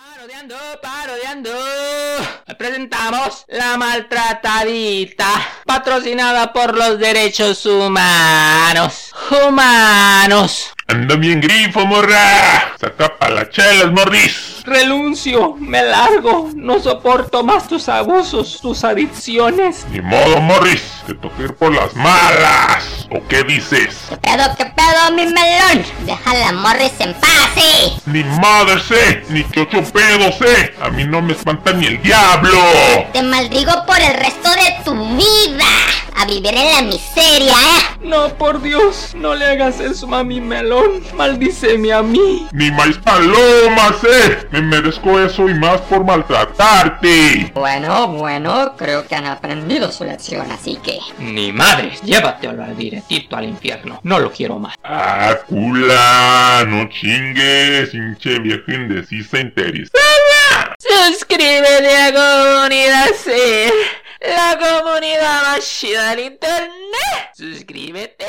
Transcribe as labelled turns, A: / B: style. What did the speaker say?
A: Parodiando, parodiando. Presentamos La Maltratadita, patrocinada por los derechos humanos. Humanos.
B: Ando bien grifo, morra. Saca pa' las chelas, morris.
A: Renuncio, me largo, no soporto más tus abusos, tus adicciones.
B: Ni modo, morris. Te toca ir por las malas. ¿O qué dices?
C: ¿Qué pedo, qué pedo, mi melón? Deja la Morris en paz, ¿eh?
B: Ni madre sé, ni que ocho pedos sé. A mí no me espanta ni el diablo.
C: Te maldigo por el resto de tu vida. A vivir en la miseria, ¿eh?
A: No, por Dios, no le hagas eso a mi melón. Maldíceme a mí.
B: Ni más palomas sé. Me merezco eso y más por maltratarte.
C: Bueno, bueno, creo que han aprendido su lección, así que...
A: Ni madres, llévatelo al directito al infierno. No lo quiero más.
B: Ah, cula. No chingues, hinche viejo indecisa e interesada.
A: Suscríbete a Comunidad C, la comunidad más chida del internet. Suscríbete.